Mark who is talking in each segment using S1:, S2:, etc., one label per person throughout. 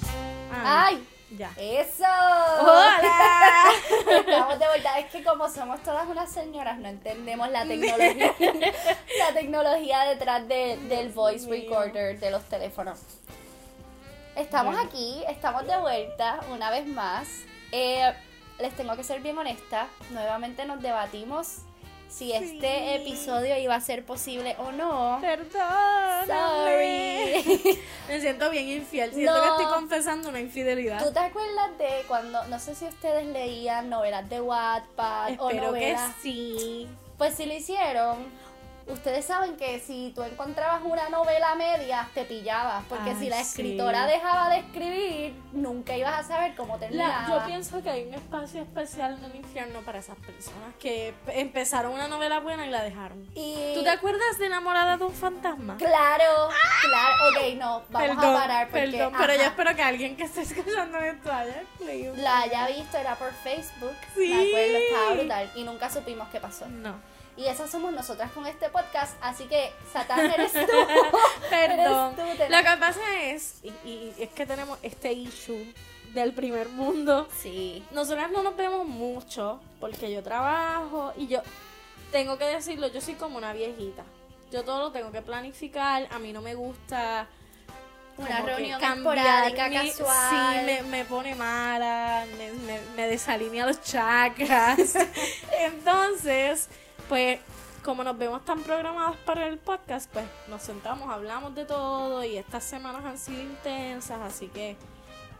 S1: Gaby.
S2: ¡Ay!
S1: Ya.
S2: ¡Eso!
S1: ¡Hola!
S2: Estamos de vuelta. Es que como somos todas unas señoras, no entendemos la tecnología, la tecnología detrás de- del voice
S1: mío.
S2: recorder de los teléfonos. Estamos
S1: Bueno.
S2: aquí, estamos de vuelta una vez más. Eh, les tengo que ser bien honesta. Nuevamente nos debatimos si este episodio iba a ser posible o no.
S1: Perdón.
S2: Sorry.
S1: Me siento bien infiel. Siento
S2: No.
S1: que estoy confesando una infidelidad.
S2: ¿Tú te acuerdas de cuando, no sé si ustedes leían novelas de Wattpad
S1: Espero
S2: o
S1: que
S2: novelas?
S1: sí.
S2: Pues si lo hicieron, ustedes saben que si tú encontrabas una novela media, te pillabas, porque
S1: Ay,
S2: si la
S1: sí.
S2: escritora dejaba de escribir, nunca ibas a saber cómo
S1: La-
S2: terminaba.
S1: yo pienso que hay un espacio especial en el infierno para esas personas que p- empezaron una novela buena y la dejaron.
S2: y
S1: ¿Tú te acuerdas de Enamorada de un Fantasma?
S2: Claro, claro, ok, no, vamos a parar porque
S1: perdón, pero yo
S2: ajá,
S1: espero que alguien que esté escuchando esto haya leído.
S2: la haya visto, era por Facebook,
S1: Sí.
S2: me acuerdo, estaba brutal y nunca supimos qué pasó.
S1: No,
S2: Y esas somos nosotras con este podcast, así que Satán eres tú.
S1: perdón.
S2: Eres tú, te-
S1: Lo que pasa es, y, y es que tenemos este issue del primer mundo.
S2: Sí.
S1: Nosotras no nos vemos mucho porque yo trabajo y yo tengo que decirlo, yo soy como una viejita. Yo todo lo tengo que planificar, a mí no me gusta
S2: Una
S1: como que
S2: reunión
S1: cambiar
S2: esporádica,
S1: mi-
S2: casual.
S1: Sí, me, me pone mala, me, me, me desalinea los chakras. Entonces, pues, como nos vemos tan programadas para el podcast, pues nos sentamos, hablamos de todo y estas semanas han sido intensas, así que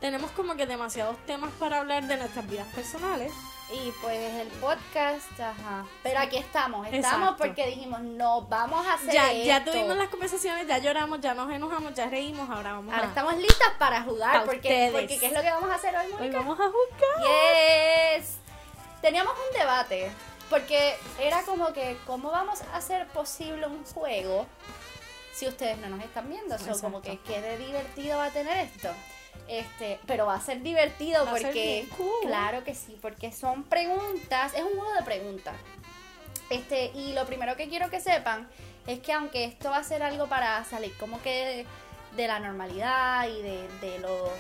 S1: tenemos como que demasiados temas para hablar de nuestras vidas personales.
S2: Y pues el podcast, ajá. Pero aquí estamos, estamos
S1: Exacto.
S2: porque dijimos, no, vamos a hacer
S1: Ya,
S2: esto.
S1: ya tuvimos las conversaciones, ya lloramos, ya nos enojamos, ya reímos, ahora vamos
S2: Ahora
S1: a...
S2: estamos listas para jugar,
S1: Pa'
S2: porque,
S1: ustedes.
S2: porque ¿qué es lo que vamos a hacer hoy,
S1: Hoy
S2: Mónica?
S1: vamos a juzgar.
S2: Yes. Teníamos un debate, porque era como que, ¿cómo vamos a hacer posible un juego si ustedes no nos están viendo? O sea, como que,
S1: Exacto.
S2: ¿qué de divertido va a tener esto? Este, pero va a ser divertido
S1: Va a ser
S2: porque,
S1: bien cool.
S2: claro que sí, porque son preguntas, es un juego de preguntas. Este, y lo primero que quiero que sepan es que aunque esto va a ser algo para salir como que de, de la normalidad y de, de lo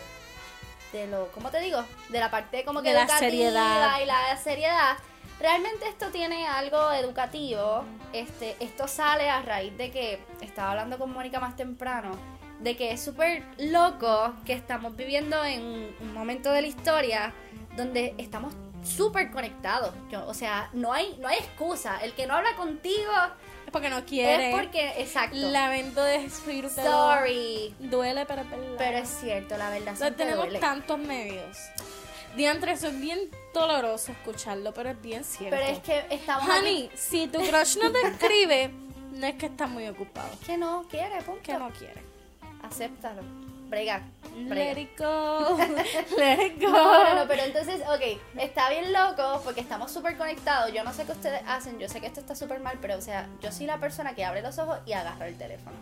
S2: de lo ¿cómo te digo? de la parte como que
S1: De la
S2: educativa
S1: seriedad.
S2: y la seriedad realmente esto tiene algo educativo este esto sale a raíz de que estaba hablando con Mónica más temprano de que es súper loco que estamos viviendo en un- un momento de la historia donde estamos súper conectados Yo- o sea no hay no hay excusa el que no habla contigo
S1: Es porque no quiere.
S2: es porque exacto
S1: Lamento decírtelo.
S2: Sorry.
S1: Duele, pero es verdad.
S2: Pero es cierto, la verdad.
S1: No
S2: sí te
S1: tenemos
S2: duele.
S1: tantos medios. Diantre, eso es bien doloroso escucharlo, pero es bien cierto.
S2: Pero es que estamos aquí.
S1: Honey, si tu crush no te escribe, no es que está muy ocupado.
S2: Que no quiere, punto.
S1: Que no quiere.
S2: Acéptalo. Brega. brega.
S1: Let it go. Let it go.
S2: No, no, no, pero entonces, ok, está bien loco porque estamos súper conectados. Yo no sé qué ustedes hacen, yo sé que esto está súper mal, pero o sea, yo soy la persona que abre los ojos y agarra el teléfono.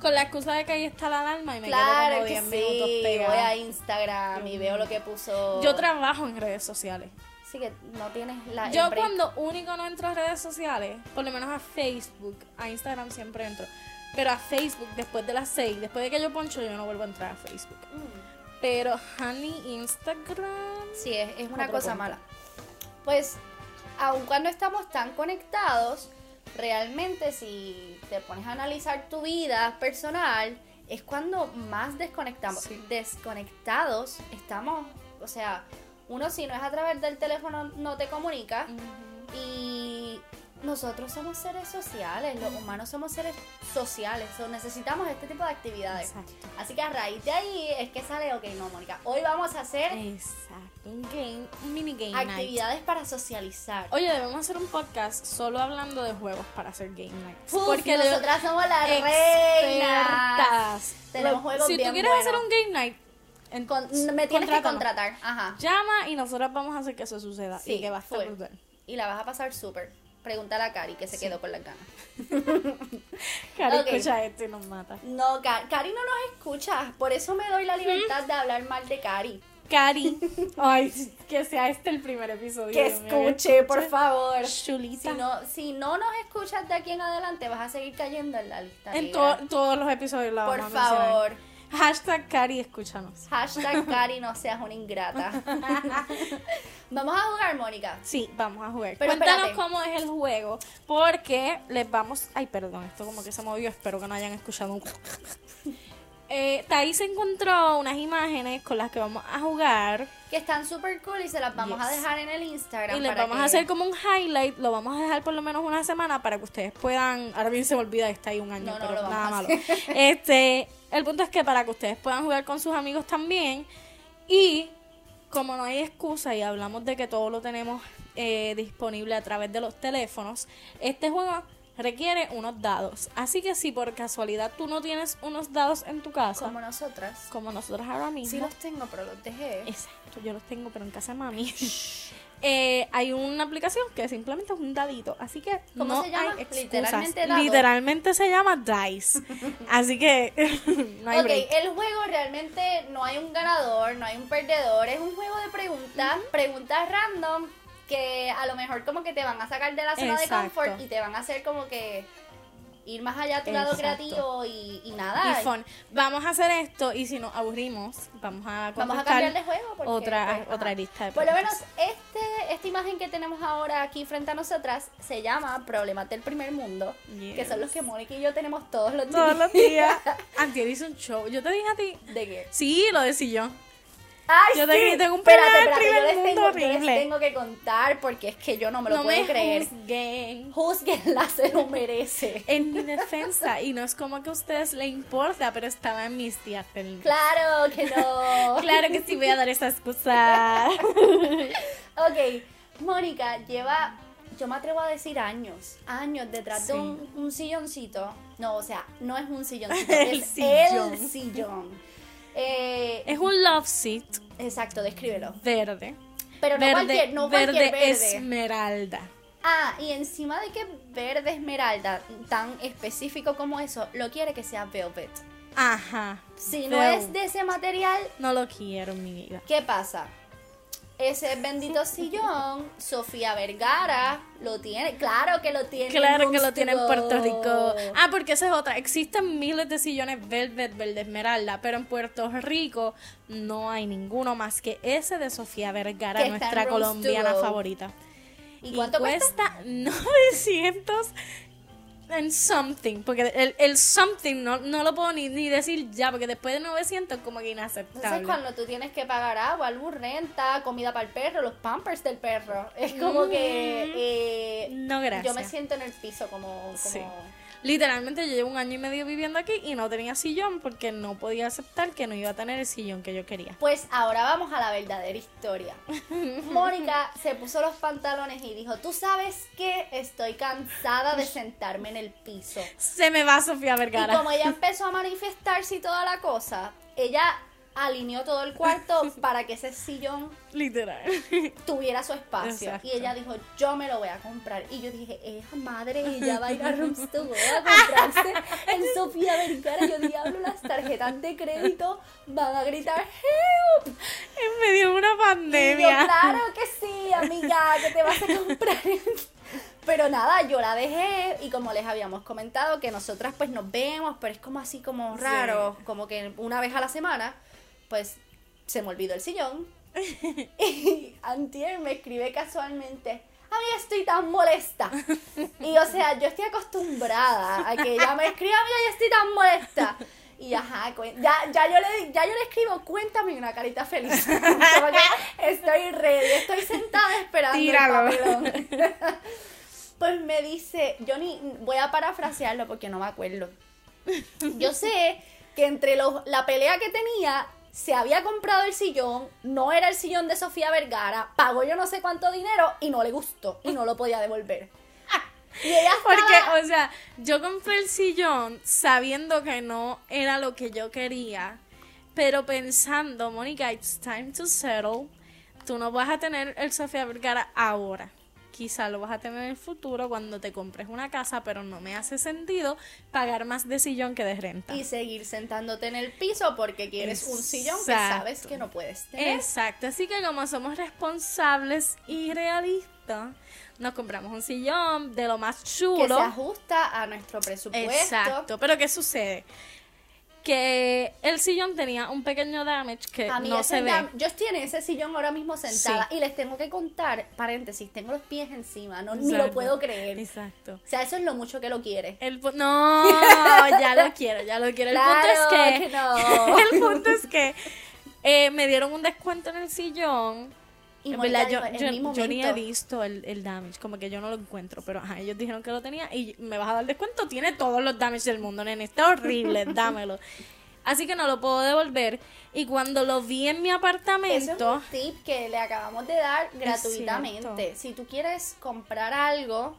S1: Con la excusa de que ahí está la alarma y me quedo
S2: claro
S1: como
S2: que
S1: 10 minutos
S2: sí, voy
S1: pegada.
S2: a Instagram y veo lo que puso.
S1: Yo trabajo en redes sociales.
S2: Así que no tienes la. el
S1: Yo
S2: Ah, break.
S1: cuando único no entro a redes sociales, por lo menos a Facebook, a Instagram siempre entro, pero a Facebook después de las 6, después de que yo poncho, yo no vuelvo a entrar a Facebook.
S2: Mm.
S1: Pero honey, Instagram.
S2: Sí, es, es una
S1: Otro
S2: cosa
S1: punto.
S2: mala. Pues, aun cuando estamos tan conectados, realmente si te pones a analizar tu vida personal, es cuando más desconectamos.
S1: Sí.
S2: Desconectados estamos, o sea, uno si no es a través del teléfono no te comunica y nosotros somos seres sociales, los humanos somos seres sociales, so, necesitamos este tipo de actividades.
S1: Exacto.
S2: Así que a raíz de ahí es que sale, ok, no, Mónica, hoy vamos a
S1: Eh,
S2: hacer
S1: Exacto. Un game, un minigame. Night.
S2: Actividades para socializar.
S1: Oye, debemos hacer un podcast solo hablando de juegos para hacer game nights.
S2: Uf,
S1: porque le-
S2: nosotras somos las reinas.
S1: expertas.
S2: Tenemos
S1: Lo-
S2: juegos
S1: Si
S2: bien
S1: tú quieres
S2: buenos.
S1: hacer un game night, en-
S2: Con- me tienes
S1: contrátanos.
S2: que contratar. Ajá.
S1: Llama y nosotras vamos a hacer que eso suceda
S2: Sí,
S1: y que va a estar
S2: full.
S1: brutal.
S2: Y la vas a pasar súper. Pregúntale a Cari que se quedó con las ganas.
S1: Cari
S2: Ok.
S1: escucha esto y nos mata.
S2: No, Ca- Cari no nos escucha. Por eso me doy la libertad de hablar mal de Cari.
S1: Cari. Ay, que sea este el primer episodio.
S2: Que
S1: Dios mío, que
S2: escuche, por favor. Si
S1: Chulita.
S2: no, si no nos escuchas de aquí en adelante, vas a seguir cayendo en la lista.
S1: en
S2: negra.
S1: to- todos los episodios la
S2: Por
S1: vamos a mencionar.
S2: favor.
S1: Hashtag Cari, escúchanos.
S2: Hashtag Cari, no seas una ingrata. Vamos a jugar, Mónica.
S1: Sí, vamos a jugar.
S2: Pero
S1: Cuéntanos
S2: espérate.
S1: cómo es el juego, porque les vamos... Ay, perdón, esto como que se movió, espero que no hayan escuchado un... Eh, Thaís encontró unas imágenes con las que vamos a jugar
S2: Que están súper cool y se las vamos a
S1: Yes.
S2: dejar en el Instagram.
S1: y les
S2: para
S1: vamos
S2: que-
S1: a hacer como un highlight, lo vamos a dejar por lo menos una semana para que ustedes puedan, ahora bien se me olvida que está ahí un año,
S2: No, no,
S1: pero
S2: lo vamos
S1: nada
S2: a
S1: malo.
S2: hacer.
S1: Este, el punto es que para que ustedes puedan jugar con sus amigos también y como no hay excusa y hablamos de que todo lo tenemos eh, disponible a través de los teléfonos, este juego requiere unos dados. Así que si por casualidad tú no tienes unos dados en tu casa,
S2: Como
S1: como,
S2: nosotras.
S1: nosotros ahora mismo,
S2: Sí los tengo, pero los dejé.
S1: Exacto, yo los tengo, pero en casa de mami. Eh, hay una aplicación que simplemente es un dadito, así que
S2: ¿Cómo
S1: no
S2: se llama?
S1: hay excusas.
S2: Literalmente dado.
S1: Literalmente se llama Dice, así que no hay
S2: ok, eh,
S1: break.
S2: el juego realmente no hay un ganador, no hay un perdedor, es un juego de preguntas, preguntas random que a lo mejor como que te van a sacar de la zona de
S1: Exacto.
S2: confort y te van a hacer como que ir más allá a tu lado
S1: Exacto.
S2: creativo y, y
S1: Y
S2: nada.
S1: fun. Vamos a hacer esto y si nos aburrimos, vamos a
S2: Vamos a
S1: contestar
S2: cambiar de juego porque
S1: otra,
S2: pues,
S1: otra
S2: ajá.
S1: lista de
S2: Por lo menos
S1: preguntas.
S2: este, esta imagen que tenemos ahora aquí frente a nosotras se llama Problemas del Primer Mundo, que son los que Mónica y yo tenemos todos los
S1: Todos
S2: días.
S1: los días. Antier hizo un show. Yo te dije a ti.
S2: ¿De qué?
S1: Sí, lo decía yo.
S2: Ay,
S1: Yo
S2: sí.
S1: te- tengo un
S2: espérate,
S1: primer-
S2: espérate,
S1: primer
S2: yo les
S1: mundo
S2: tengo, yo les
S1: horrible.
S2: tengo que contar porque es que yo no me lo
S1: no
S2: puedo
S1: me
S2: creer.
S1: juzguen.
S2: Juzguenla, se lo merece.
S1: En mi defensa, y no es como que a ustedes le importa, pero estaba en mis días del-
S2: Claro que no.
S1: Claro que sí voy a dar esa excusa.
S2: Ok, Mónica lleva, yo me atrevo a decir años, años detrás de
S1: Sí.
S2: un, un silloncito. No, o sea, no es un silloncito,
S1: El
S2: es
S1: sillón.
S2: el sillón. Eh,
S1: Es un love seat
S2: exacto, descríbelo.
S1: verde.
S2: Pero no
S1: verde,
S2: cualquier, no
S1: verde,
S2: cualquier verde.
S1: esmeralda.
S2: Ah, y encima de que verde esmeralda, tan específico como eso, lo quiere que sea velvet.
S1: Ajá.
S2: Si no
S1: Velvet.
S2: es de ese material,
S1: No lo quiero en mi vida.
S2: ¿qué pasa? Ese bendito sillón, Sofía Vergara, lo tiene, claro que lo tiene.
S1: Claro que lo tiene en
S2: monstruo.
S1: Puerto Rico. Ah, porque esa es otra. Existen miles de sillones velvet, verde esmeralda, pero en Puerto Rico no hay ninguno más que ese de Sofía Vergara,
S2: Que está en
S1: nuestra
S2: Rose
S1: colombiana
S2: to Go.
S1: favorita.
S2: ¿Y cuánto cuesta?
S1: 900 en something, porque el, el something no, no lo puedo ni, ni decir ya, porque después de 900 como que inaceptable.
S2: Entonces cuando tú tienes que pagar agua, luz, renta, comida para el perro, los pampers del perro, es como
S1: Mm.
S2: que eh,
S1: No, gracias.
S2: yo me siento en el piso como... como
S1: Sí. Literalmente yo llevo un año y medio viviendo aquí y no tenía sillón porque no podía aceptar que no iba a tener el sillón que yo quería.
S2: Pues ahora vamos a la verdadera historia. Mónica se puso los pantalones y dijo, tú sabes que estoy cansada de sentarme en el piso.
S1: Se me va Sofía
S2: Y
S1: Vergara.
S2: como ella empezó a manifestarse y toda la cosa, ella alineó todo el cuarto para que ese sillón
S1: Literal.
S2: tuviera su espacio.
S1: Exacto.
S2: Y ella dijo, yo me lo voy a comprar. Y yo dije, esa madre, ella va a ir a Rooms to Go a comprarse en Sofía Vergara. Yo diablo, las tarjetas de crédito van a gritar, help.
S1: En medio de una
S2: Y yo,
S1: pandemia.
S2: claro que sí, amiga, que te vas a comprar. Pero nada, yo la dejé y como les habíamos comentado que nosotras pues nos vemos, pero es como así como
S1: Sí.
S2: raro, como que una vez a la semana, pues se me olvidó el sillón. Y Antier me escribe casualmente, amiga, estoy tan molesta. Y o sea, yo estoy acostumbrada a que ella me escriba, amiga, yo estoy tan molesta. Y ajá, cu- ya, ya, yo le, ya yo le escribo, cuéntame una carita feliz. Como que estoy ready, estoy sentada esperando el
S1: Tíralo.
S2: papelón. Pues me dice, yo ni voy a parafrasearlo porque no me acuerdo. Yo sé que entre los, la pelea que tenía, se había comprado el sillón, no era el sillón de Sofía Vergara, pagó yo no sé cuánto dinero y no le gustó y no lo podía devolver. Y ella estaba-
S1: Porque, o sea, yo compré el sillón sabiendo que no era lo que yo quería, pero pensando, Mónica, it's time to settle. Tú no vas a tener el Sofía Vergara ahora. Quizá lo vas a tener en el futuro cuando te compres una casa, pero no me hace sentido pagar más de sillón que de renta.
S2: y seguir sentándote en el piso porque quieres un sillón que
S1: Exacto.
S2: sabes que no puedes tener.
S1: Exacto, así que como somos responsables y realistas, nos compramos un sillón de lo más
S2: que se
S1: chulo.
S2: ajusta a nuestro presupuesto.
S1: Exacto, pero ¿qué sucede? que el sillón tenía un pequeño damage que
S2: A mí
S1: no
S2: ese
S1: se ve.
S2: dam- Yo estoy en ese sillón ahora mismo sentada y les tengo que contar, paréntesis, tengo los pies encima, no, ni lo
S1: Exacto.
S2: puedo creer.
S1: Exacto.
S2: O sea, eso es lo mucho que lo quiere.
S1: El pu- no, ya lo quiero, ya lo quiero. El punto es que,
S2: no.
S1: el punto es que eh, me dieron un descuento en el sillón.
S2: Y
S1: en
S2: Mónica
S1: verdad, yo,
S2: dijo,
S1: yo-
S2: en mi
S1: yo ni he
S2: momento.
S1: visto el, el damage, como que yo no lo encuentro, pero ajá, ellos dijeron que lo tenía y me vas a dar descuento, tiene todos los damage del mundo, nene, está horrible, dámelo. Así que no lo puedo devolver. Y cuando lo vi en mi
S2: Eso es
S1: apartamento,
S2: un tip que le acabamos de dar gratuitamente. Si tú quieres comprar algo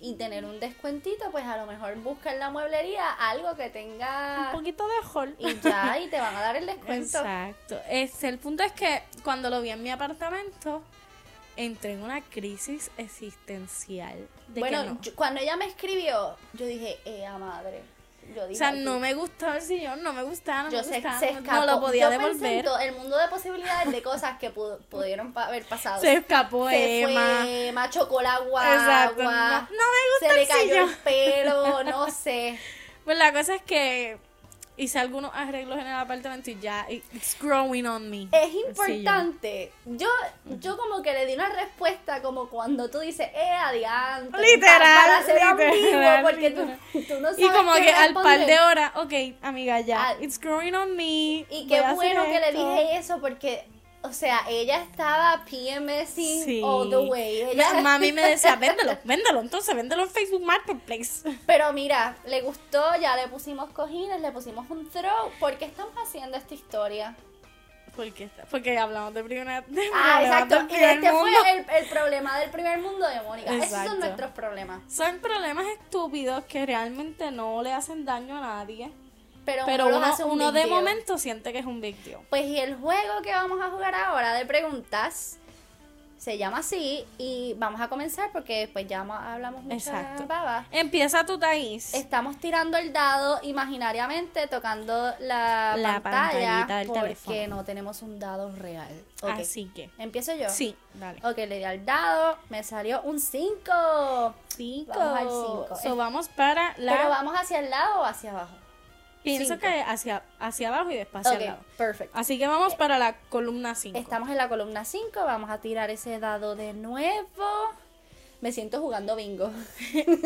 S2: y tener un descuentito, pues a lo mejor busca en la mueblería algo que
S1: un
S2: tenga
S1: poquito de hall.
S2: y ya, y te van a dar el descuento.
S1: Exacto. Este, el punto es que cuando lo vi en mi apartamento, entré en una crisis existencial. De
S2: Bueno,
S1: que no.
S2: yo- cuando ella me escribió, yo dije, eh, a madre. Yo dije,
S1: o sea,
S2: "Ay,
S1: no me gustaba el sillón, no me gustaba, no
S2: yo
S1: me
S2: sé,
S1: gustaba,
S2: se
S1: no,
S2: escapó.
S1: no lo podía
S2: Yo pensé en
S1: devolver.
S2: todo el mundo de posibilidades de cosas que pu- pudieron pa- haber pasado.
S1: Se escapó
S2: Se
S1: Emma.
S2: fue, Emma chocó la guagua.
S1: Exacto. No, no me gusta
S2: se le
S1: el
S2: cayó
S1: sillón.
S2: el pelo, no sé.
S1: Pues la cosa es que hice algunos arreglos en el apartamento y ya it's growing on me.
S2: Es
S1: El sillón.
S2: importante. Yo, yo como que le di una respuesta como cuando tú dices, eh, adiante.
S1: Literal,
S2: Para ser ambiguo,
S1: literal,
S2: porque tú, tú no sabes
S1: Y como
S2: qué
S1: que al par
S2: responder.
S1: de horas, ok, amiga, ya,
S2: Ah.
S1: it's growing on me.
S2: Y
S1: voy
S2: qué
S1: a hacer
S2: bueno que le
S1: esto.
S2: dije eso porque, o sea, ella estaba PMSing
S1: Sí.
S2: all the way.
S1: Ma-
S2: Ella,
S1: Mami me decía, véndelo, véndelo, entonces véndelo en Facebook Marketplace.
S2: Pero mira, le gustó, ya le pusimos cojines, le pusimos un throw. ¿Por qué estamos haciendo esta historia?
S1: ¿Por qué está? Porque hablamos de primera. De
S2: Ah,
S1: problemas
S2: exacto.
S1: del
S2: Y
S1: primer
S2: este fue
S1: mundo.
S2: el, el problema del primer mundo de Mónica. Esos son
S1: Exacto.
S2: nuestros problemas.
S1: Son problemas estúpidos que realmente no le hacen daño a nadie.
S2: Pero,
S1: Pero
S2: uno, los
S1: uno,
S2: hace un
S1: uno
S2: big
S1: de
S2: deal.
S1: momento siente que es un big deal.
S2: Pues y el juego que vamos a jugar ahora de preguntas se llama así y vamos a comenzar porque después ya ma- hablamos mucho.
S1: Exacto. Empieza tu Thaís.
S2: Estamos tirando el dado imaginariamente tocando la,
S1: La
S2: pantalla
S1: pantallita del
S2: porque
S1: teléfono.
S2: no tenemos un dado real. Ok.
S1: Así que.
S2: ¿Empiezo yo?
S1: Sí, dale.
S2: Ok, le di al dado, me salió un 5.
S1: Cinco.
S2: Vamos al cinco.
S1: So, vamos para la.
S2: Pero vamos hacia el lado o hacia abajo.
S1: pienso
S2: cinco.
S1: que hacia, hacia abajo y después hacia
S2: ok, Eh,
S1: el lado.
S2: perfecto.
S1: Así que vamos para la columna 5.
S2: Estamos en la columna 5, vamos a tirar ese dado de nuevo. Me siento jugando bingo.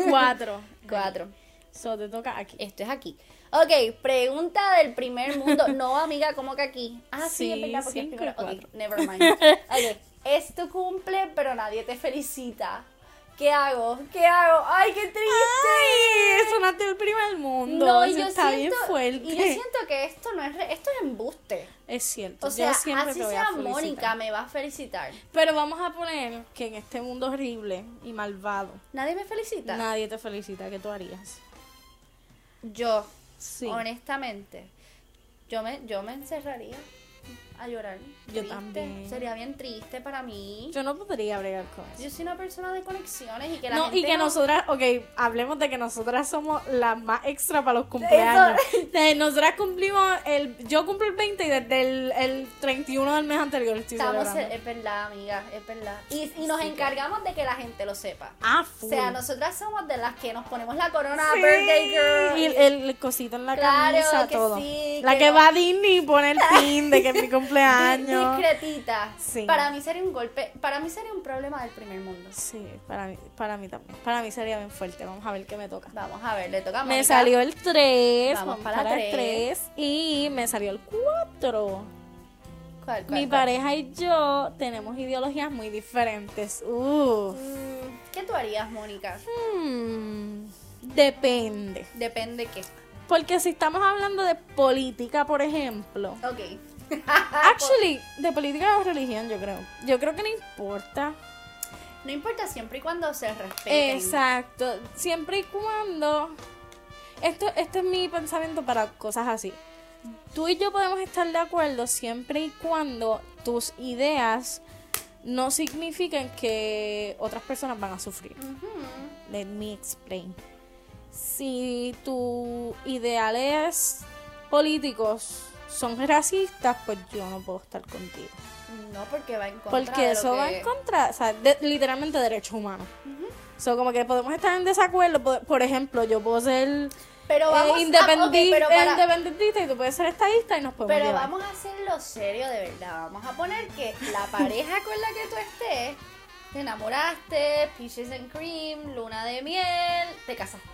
S1: 4.
S2: 4.
S1: So, te toca aquí.
S2: Esto es aquí. Ok, pregunta del primer mundo. No, amiga, ¿cómo que aquí? Ah, sí, es
S1: Sí,
S2: verdad, porque es
S1: cinco y
S2: primero. Ok,
S1: cuatro.
S2: never mind. Ok, es tu cumple, pero nadie te felicita. ¿Qué hago? ¿Qué hago? ¡Ay, qué triste!
S1: ¡Ay! Eso no es del primer mundo.
S2: no, y
S1: Eso
S2: yo
S1: está bien
S2: siento,
S1: fuerte.
S2: y yo siento que esto no es re- esto es embuste.
S1: Es cierto.
S2: O
S1: yo
S2: sea,
S1: siempre
S2: así
S1: te voy
S2: sea
S1: a felicitar.
S2: Mónica me va a felicitar.
S1: Pero vamos a poner que en este mundo horrible y malvado,
S2: Nadie me felicita.
S1: nadie te felicita. ¿Qué tú harías?
S2: Yo,
S1: Sí.
S2: honestamente, yo me, yo me encerraría a llorar.
S1: Yo
S2: Triste.
S1: también.
S2: Sería bien triste para mí. Yo,
S1: Yo no podría bregar con eso.
S2: soy una persona de conexiones y que la
S1: no,
S2: gente
S1: y que
S2: no-
S1: nosotras, ok, hablemos de que nosotras somos las más extra para los cumpleaños. Eh, nosotras cumplimos el. Yo cumplo el 20 y desde el, el 31 del mes anterior estoy
S2: estamos,
S1: celebrando.
S2: es verdad, amiga, es verdad. Y, y nos
S1: Así que-
S2: encargamos de que la gente lo sepa.
S1: Ah,
S2: O
S1: full.
S2: sea, nosotras somos de las que nos ponemos la corona
S1: Sí,
S2: birthday girl.
S1: Y el, el cosito en la
S2: Claro,
S1: camisa,
S2: que
S1: todo.
S2: sí,
S1: la
S2: que
S1: que,
S2: no.
S1: va a Disney y pone el pin de que es mi
S2: Di-
S1: cumpleaños.
S2: Discretita.
S1: Sí.
S2: Para mí sería un golpe, para mí sería un problema del primer mundo.
S1: Sí, para mí, para mí también. Para mí sería bien fuerte. Vamos a ver qué me toca.
S2: Vamos a ver, le toca a
S1: Me
S2: Mónica.
S1: salió el 3,
S2: Vamos
S1: vamos,
S2: para
S1: para, el
S2: tres.
S1: 3 y me salió el 4.
S2: ¿Cuál, cuál,
S1: Mi
S2: cuál?
S1: pareja y yo tenemos ideologías muy diferentes. Uf.
S2: Mm, ¿Qué tú harías, Mónica?
S1: Hmm, Depende.
S2: Depende qué.
S1: Porque si estamos hablando de política, por ejemplo,
S2: Ok.
S1: Actually, de política o religión, yo creo. Yo creo que no importa.
S2: No importa siempre y cuando se respeten.
S1: Exacto. Siempre y cuando. Esto, este es mi pensamiento para cosas así. Tú y yo podemos estar de acuerdo siempre y cuando tus ideas no signifiquen que otras personas van a sufrir.
S2: Ujú.
S1: Let me explain. Si tus ideales políticos son racistas, pues yo no puedo estar contigo.
S2: No porque va en contra.
S1: Porque
S2: de
S1: eso
S2: lo
S1: va
S2: que-
S1: en contra, o sea, de- literalmente derechos humanos. So, como que podemos estar en desacuerdo. po- Por, ejemplo, yo puedo ser
S2: Pero vamos a-
S1: eh, independi-
S2: ok, pero para-
S1: independentista y tú puedes ser estadista y nos podemos
S2: Pero
S1: llevar.
S2: vamos a hacerlo serio de verdad. Vamos a poner que la pareja con la que tú estés, te enamoraste, peaches and cream, luna de miel, te casaste.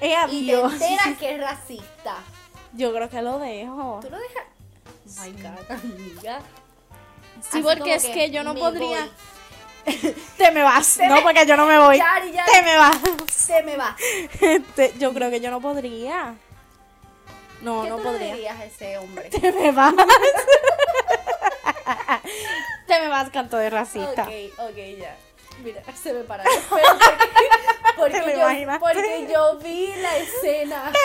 S1: Eh,
S2: Y este
S1: adiós.
S2: te enteras que es racista.
S1: Yo creo que lo dejo.
S2: Tú lo dejas. Oh my god, amiga.
S1: Sí,
S2: Así
S1: porque
S2: como
S1: es que yo no
S2: me
S1: podría.
S2: voy.
S1: Te me vas. no, porque yo no me voy.
S2: Yari, Yari,
S1: Te me vas.
S2: se me va.
S1: Te- yo creo que yo no podría. No,
S2: ¿Qué
S1: no
S2: tú le
S1: podría.
S2: dirías a ese hombre?
S1: Te me vas. Te me vas, canto de racista.
S2: Ok, ok, ya. Mira, se me pararon. Pero porque-
S1: Te lo
S2: Porque, yo,
S1: imaginaste.
S2: porque yo vi la escena.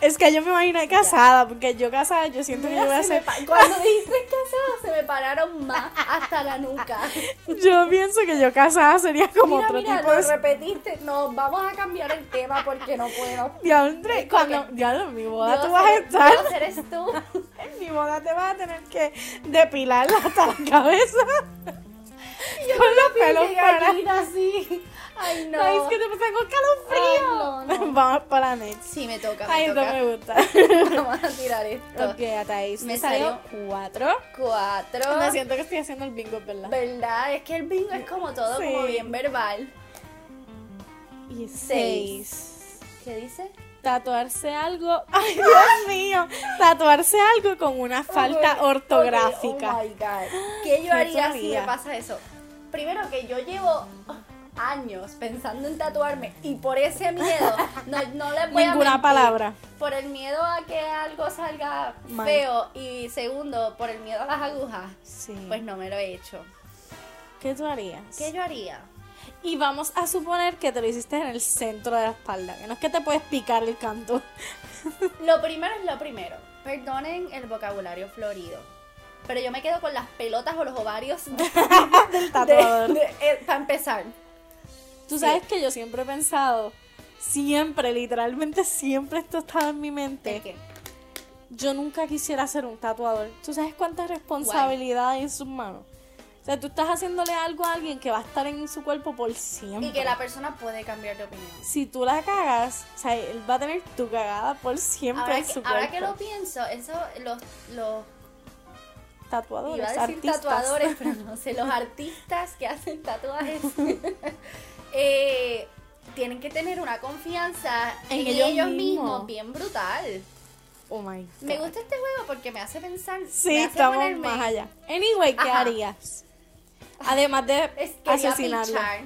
S1: Es que yo me imagino casada, porque yo casada, yo siento que yo voy
S2: Mira,
S1: a
S2: se me
S1: ser.
S2: pa- Cuando dijiste casado, se me pararon más hasta la nuca.
S1: Yo pienso que yo casada sería como
S2: Mira,
S1: otro
S2: mira,
S1: tipo de.
S2: lo repetiste. No, vamos a cambiar el tema porque no puedo.
S1: Diandre, cuando.
S2: Ok.
S1: Diablo, en mi boda
S2: Dios
S1: tú vas a
S2: eres-
S1: estar.
S2: Dios eres tú.
S1: En mi boda te vas a tener que depilar hasta la cabeza. con los pelos
S2: Qué
S1: para.
S2: gallina, así. Ay, no.
S1: No, es que te pasa con calofrío.
S2: Ay, no, no.
S1: Vamos para next.
S2: Sí, me toca, me
S1: Ay, no
S2: toca.
S1: me gusta.
S2: Vamos a tirar esto.
S1: ok, hasta ahí.
S2: Me
S1: Me
S2: salió
S1: salió cuatro.
S2: Cuatro.
S1: Me siento que estoy haciendo el bingo, ¿verdad?
S2: ¿Verdad? Es que el bingo es como todo,
S1: Sí.
S2: como bien verbal.
S1: Y
S2: Seis.
S1: seis.
S2: ¿Qué dice?
S1: Tatuarse algo. Ay, Dios mío. Tatuarse algo con una falta
S2: Ok,
S1: ortográfica.
S2: oh my God. ¿Qué yo haría si me
S1: teoría.
S2: pasa eso? Primero que yo llevo años pensando en tatuarme y por ese miedo no, no le voy a
S1: Ninguna
S2: mentir.
S1: palabra.
S2: Por el miedo a que algo salga
S1: Mal.
S2: feo y segundo, por el miedo a las agujas,
S1: Sí.
S2: pues no me lo he hecho.
S1: ¿Qué tú harías?
S2: ¿Qué yo haría?
S1: Y vamos a suponer que te lo hiciste en el centro de la espalda. Que no es que te puedes picar el canto.
S2: Lo primero es lo primero. Perdonen el vocabulario florido. Pero yo me quedo con las pelotas o los ovarios de-
S1: del tatuador.
S2: de- eh, para empezar.
S1: Tú sabes que yo siempre he pensado, siempre, literalmente siempre esto estaba en mi
S2: ¿De
S1: mente.
S2: qué?
S1: Yo nunca quisiera ser un tatuador. Tú sabes cuánta responsabilidad hay en sus manos. O sea, tú estás haciéndole algo a alguien que va a estar en su cuerpo por siempre.
S2: Y que la persona puede cambiar de opinión.
S1: Si tú la cagas, o sea, él va a tener tu cagada por siempre
S2: Ahora
S1: en
S2: que,
S1: su
S2: ahora que lo
S1: cuerpo.
S2: pienso, eso los, los
S1: Tatuadores,
S2: iba a decir
S1: artistas.
S2: tatuadores, pero no sé, los artistas que hacen tatuajes eh, tienen que tener una confianza en, ellos, mismos. bien brutal.
S1: Oh my God.
S2: Me gusta este juego porque me hace pensar.
S1: Sí,
S2: me hace
S1: estamos
S2: ponerme-
S1: más allá. Anyway, ¿qué
S2: Ajá.
S1: harías? Además de
S2: Es que
S1: asesinarlo.
S2: pinchar.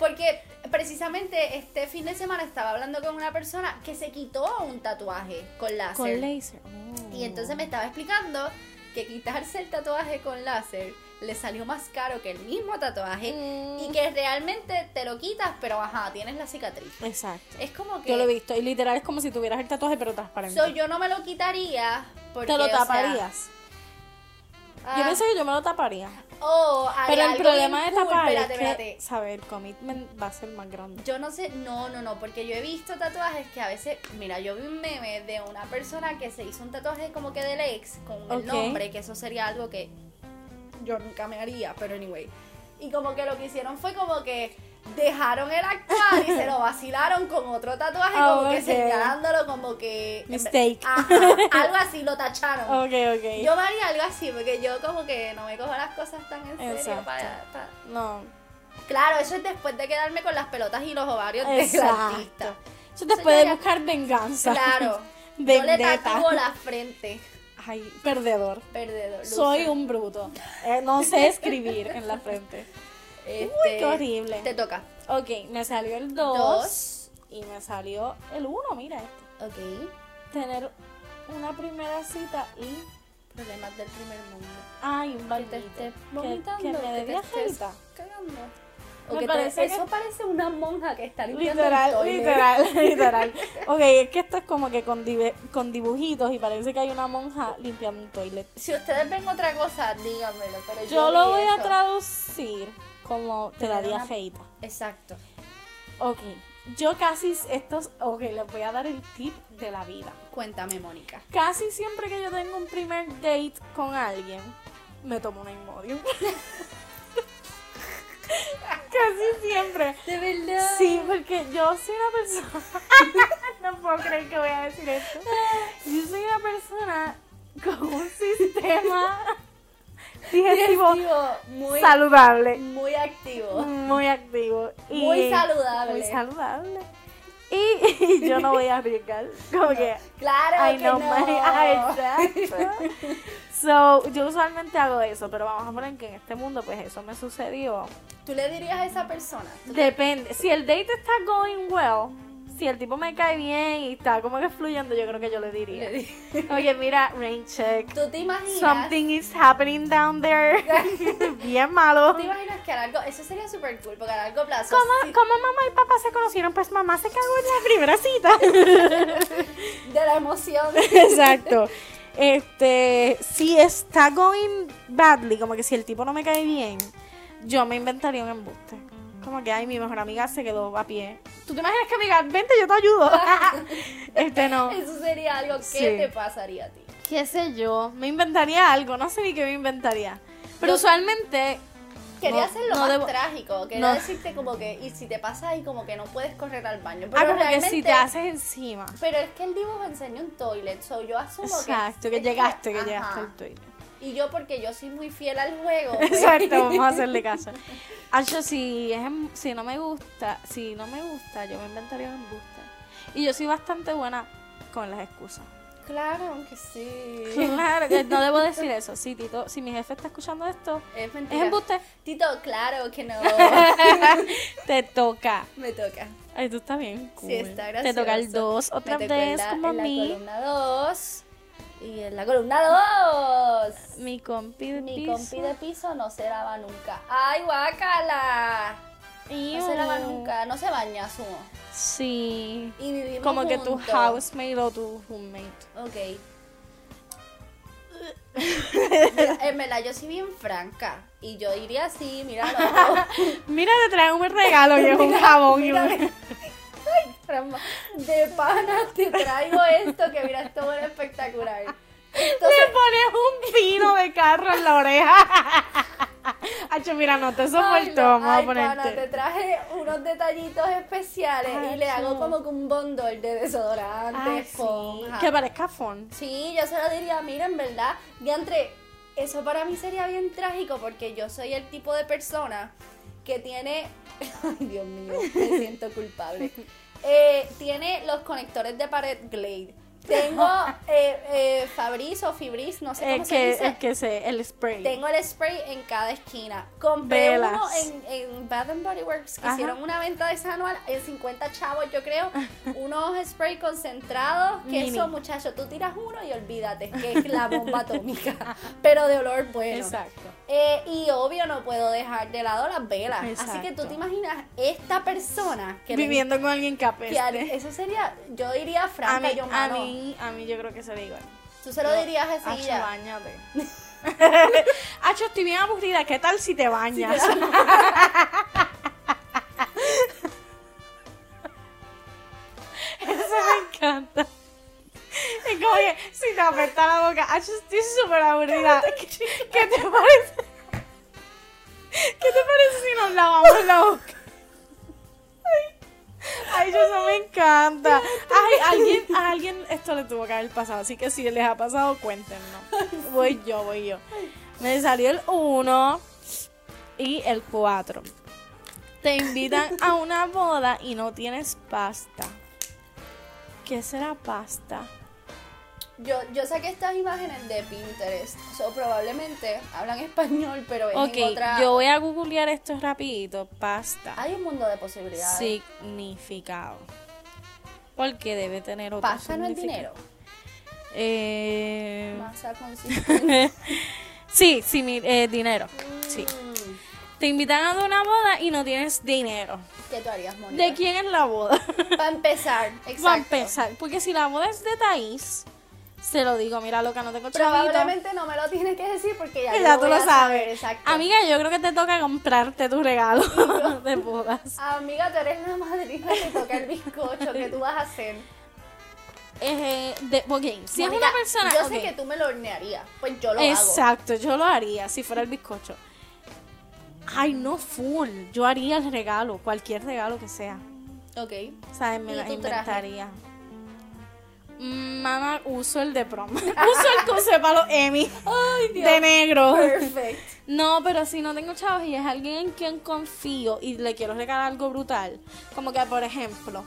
S2: Porque precisamente este fin de semana estaba hablando con una persona que se quitó un tatuaje con láser.
S1: Con laser.
S2: Y entonces me estaba explicando que quitarse el tatuaje con láser le salió más caro que el mismo tatuaje
S1: Mm.
S2: y que realmente te lo quitas, pero ajá, tienes la cicatriz.
S1: Exacto.
S2: Es como que
S1: Yo lo he visto. Y literal es como si tuvieras el tatuaje, pero transparente.
S2: so, yo no me lo quitaría porque
S1: Te lo
S2: o sea,
S1: taparías.
S2: ah,
S1: Yo pienso que yo me lo taparía.
S2: o haría
S1: Pero el
S2: algo
S1: problema de
S2: bien cool,
S1: tapar
S2: espérate,
S1: es que,
S2: espérate.
S1: saber, el commitment va a ser más grande.
S2: Yo no sé, no, no, no, porque yo he visto tatuajes que a veces, mira, yo vi un meme de una persona que se hizo un tatuaje como que del ex con el
S1: Ok.
S2: nombre, que eso sería algo que yo nunca me haría, pero anyway. Y como que lo que hicieron fue como que dejaron el actual y se lo vacilaron con otro tatuaje,
S1: Ah,
S2: como que
S1: ok.
S2: señalándolo como que...
S1: Mistake.
S2: Ajá, algo así, lo tacharon.
S1: Ok, ok.
S2: Ah. Yo me haría algo así, porque yo como que no me cojo las cosas tan en serio
S1: Exacto.
S2: para- para
S1: No.
S2: Claro, eso es después de quedarme con las pelotas y los ovarios del
S1: Exacto.
S2: artista.
S1: Eso
S2: Eso
S1: te puede
S2: ya-
S1: buscar venganza.
S2: Claro. Yo le
S1: Vendetta.
S2: tatúo la frente.
S1: Ay, perdedor.
S2: Perdedor. loser.
S1: Soy un bruto. Eh, no sé escribir en la frente.
S2: Este,
S1: Uy, qué horrible.
S2: Te toca.
S1: Ok, me salió el 2
S2: Dos.
S1: y me salió el 1, mira este.
S2: Ok.
S1: Tener una primera cita y
S2: Problemas del primer mundo.
S1: ay, un
S2: Que te
S1: bañito.
S2: estés
S1: Que-
S2: vomitando.
S1: que, me dé
S2: te estés
S1: viajadita.
S2: cagando. O
S1: Me
S2: que te-
S1: parece que-
S2: Eso parece una monja que está limpiando el
S1: Literal,
S2: toilet.
S1: literal, literal. Ok, es que esto es como que con, dive- con dibujitos y parece que hay una monja limpiando un toilet.
S2: Si ustedes ven otra cosa, díganmelo. Pero yo,
S1: Yo lo
S2: vi
S1: voy a
S2: eso.
S1: traducir como te
S2: Tener
S1: daría
S2: una-
S1: feita.
S2: Exacto.
S1: Ok, yo casi estos, ok, les voy a dar el tip de la vida.
S2: Cuéntame, Mónica.
S1: Casi siempre que yo tengo un primer date con alguien, me tomo un Imodium. Casi siempre.
S2: De verdad.
S1: Sí, porque yo soy una persona. No puedo creer que voy a decir esto. Yo soy una persona con un sistema digestivo
S2: Digestivo, muy,
S1: saludable.
S2: muy activo.
S1: Muy activo. Y
S2: Muy saludable.
S1: Muy saludable. Y, y yo no voy a arriesgar. Como que.
S2: Claro
S1: I
S2: que
S1: know
S2: no.
S1: my- ah, exacto. So, yo usualmente hago eso, pero vamos a poner que en este mundo, pues eso me sucedió.
S2: ¿Tú le dirías a esa persona?
S1: Depende. Si el date está going well, si el tipo me cae bien y está como que fluyendo, yo creo que yo le diría. Oye, mira, rain check.
S2: ¿Tú te imaginas?
S1: Something is happening down there. bien malo.
S2: ¿Tú te imaginas que a largo... Eso sería súper cool, porque a largo plazo...
S1: ¿Cómo,
S2: sí-
S1: cómo mamá y papá se conocieron? Pues mamá se cagó en la primera cita.
S2: de la emoción.
S1: Exacto. Este, si está going badly, como que si el tipo no me cae bien, yo me inventaría un embuste. Como que, ay, mi mejor amiga se quedó a pie. ¿Tú te imaginas que me diga, vente, yo te ayudo? este no.
S2: Eso sería algo que
S1: Sí.
S2: te pasaría a ti.
S1: ¿Qué sé yo? Me inventaría algo, no sé ni qué me inventaría. Pero usualmente...
S2: Quería
S1: No,
S2: hacerlo
S1: no
S2: más
S1: debo-
S2: trágico. Quería
S1: no.
S2: decirte como que... Y si te pasa ahí como que no puedes correr al baño. Pero
S1: Ah, como que
S2: realmente...
S1: si te haces encima.
S2: Pero es que el dibujo enseña un toilet, so yo asumo
S1: Exacto,
S2: que...
S1: que
S2: es que-
S1: llegaste, que
S2: ajá.
S1: llegaste al toilet.
S2: Y yo porque yo soy muy fiel al juego. pues.
S1: Exacto, vamos a hacerle caso. Acho, si, es, em- si no me gusta, si no me gusta, yo me inventaría un embuste. Y yo soy bastante buena con las excusas.
S2: Claro, aunque sí.
S1: Claro, que no debo decir eso. Si, Tito, si mi jefe está escuchando esto, es
S2: Es Eh, mentira.
S1: embuste.
S2: Tito, claro que no.
S1: Te toca.
S2: Me toca.
S1: Ay, tú estás bien. cool.
S2: Sí, está
S1: Te
S2: gracioso.
S1: toca el 2 otra
S2: Me tocó en
S1: vez,
S2: la-
S1: como a
S2: en la
S1: mí.
S2: columna 2. Y en la columna 2.
S1: Mi compi de
S2: Mi
S1: piso.
S2: compi de piso no se lava nunca. ¡Ay, guácala! No se lava
S1: Iu.
S2: nunca, no se baña, asumo.
S1: Sí.
S2: Y vivimos
S1: Como que tu
S2: juntos.
S1: housemate o tu roommate.
S2: Ok. Mira, en verdad, yo soy bien franca. Y yo diría así, mira, loco.
S1: Mira, te trae un regalo y es un jabón. y un-
S2: mira. Ay, caramba. De pana te traigo esto, que mira, esto es espectacular. Esto
S1: Le
S2: se-
S1: pones un pino de carro en la oreja. Hacho, mira, no te
S2: Ay,
S1: soporto.
S2: no.
S1: Vamos a
S2: Ay, pana, te
S1: ponerte.
S2: traje unos detallitos especiales y le
S1: Acho.
S2: hago como que un bondol de desodorante,
S1: Ay,
S2: esponja.
S1: sí. Que parezca fon.
S2: Sí, yo se lo diría, mira, en verdad, diantre, eso para mí sería bien trágico porque yo soy el tipo de persona que tiene, ay Dios mío, me siento culpable, Eh, tiene los conectores de pared Glade. Tengo eh, eh, Fabris o Fibris, no sé cómo
S1: Es
S2: se
S1: Eh, que,
S2: dice.
S1: es que sé, el spray.
S2: Tengo el spray en cada esquina. Compré
S1: Velas.
S2: uno en, en Bath and Body Works que
S1: Ajá.
S2: hicieron una venta de esa anual en 50 chavos, yo creo. unos spray concentrados que
S1: Mini.
S2: eso, muchacho, tú tiras uno y olvídate que es la bomba atómica, pero de olor bueno.
S1: Exacto.
S2: Eh, y obvio no puedo dejar de lado las velas. Así que tú
S1: Exacto.
S2: te imaginas esta persona que le-
S1: Viviendo con alguien que
S2: que
S1: apeste.
S2: haría- eso sería, yo diría
S1: A
S2: franca,
S1: mí,
S2: yo
S1: a
S2: mano.
S1: mí, a mí yo creo que sería igual.
S2: Tú se lo
S1: Yo,
S2: dirías así
S1: Hacho,
S2: ya.
S1: bañate. Hacho, estoy bien aburrida. ¿Qué tal si te bañas? Eso me encanta. Es como que si te apesta la boca, Hacho, estoy súper aburrida. ¿Qué, qué te parece? ¿Qué te parece si nos lavamos la boca? Ay, yo eso me encanta. Ay, alguien, a alguien esto le tuvo que haber pasado, así que si les ha pasado, cuéntenos. Voy yo, voy yo. Me salió el 1 y el 4. Te invitan a una boda y no tienes pasta. ¿Qué será pasta?
S2: Yo, yo saqué estas imágenes de Pinterest. So, probablemente hablan español, pero es Pues en
S1: Ok,
S2: otra. Ah,
S1: yo voy a googlear esto rapidito. Pasta.
S2: Hay un mundo de posibilidades.
S1: Significado. Porque debe tener otro
S2: Pasta no es dinero.
S1: significado. Eh,
S2: Masa consistente.
S1: sí, sí, mi- eh, dinero. Sí.
S2: Mm.
S1: Te invitan a una boda y no tienes dinero.
S2: ¿Qué tú harías, Mónica?
S1: ¿De quién es la boda?
S2: Para empezar, exacto.
S1: Va a empezar. Porque si la boda es de Thaís, se lo digo, mira loca, no tengo chavito.
S2: Probablemente no me lo tienes que decir porque ya,
S1: Que
S2: yo
S1: ya
S2: lo
S1: tú lo
S2: voy a
S1: sabes.
S2: saber, Exacto.
S1: Amiga, yo creo que te toca comprarte tu regalo de bodas.
S2: Amiga, tú eres la madrina que toca el bizcocho. ¿Qué tú vas a hacer?
S1: Eh, de, ok, si es
S2: Mónica,
S1: una persona.
S2: Yo
S1: ok.
S2: sé que tú me lo hornearías. Pues yo lo hago.
S1: Exacto, yo lo haría si fuera el bizcocho. Ay, no full. Yo haría el regalo, cualquier regalo que sea.
S2: Exacto. Ok.
S1: ¿Sabes? Me
S2: ¿Y
S1: la
S2: tu traje? Mm.
S1: inventaría. Mana, uso el de prom. uso el que usé para los Emmy. De negro.
S2: Perfect.
S1: No, pero si no tengo chavos y es alguien en quien confío y le quiero regalar algo brutal, como que por ejemplo,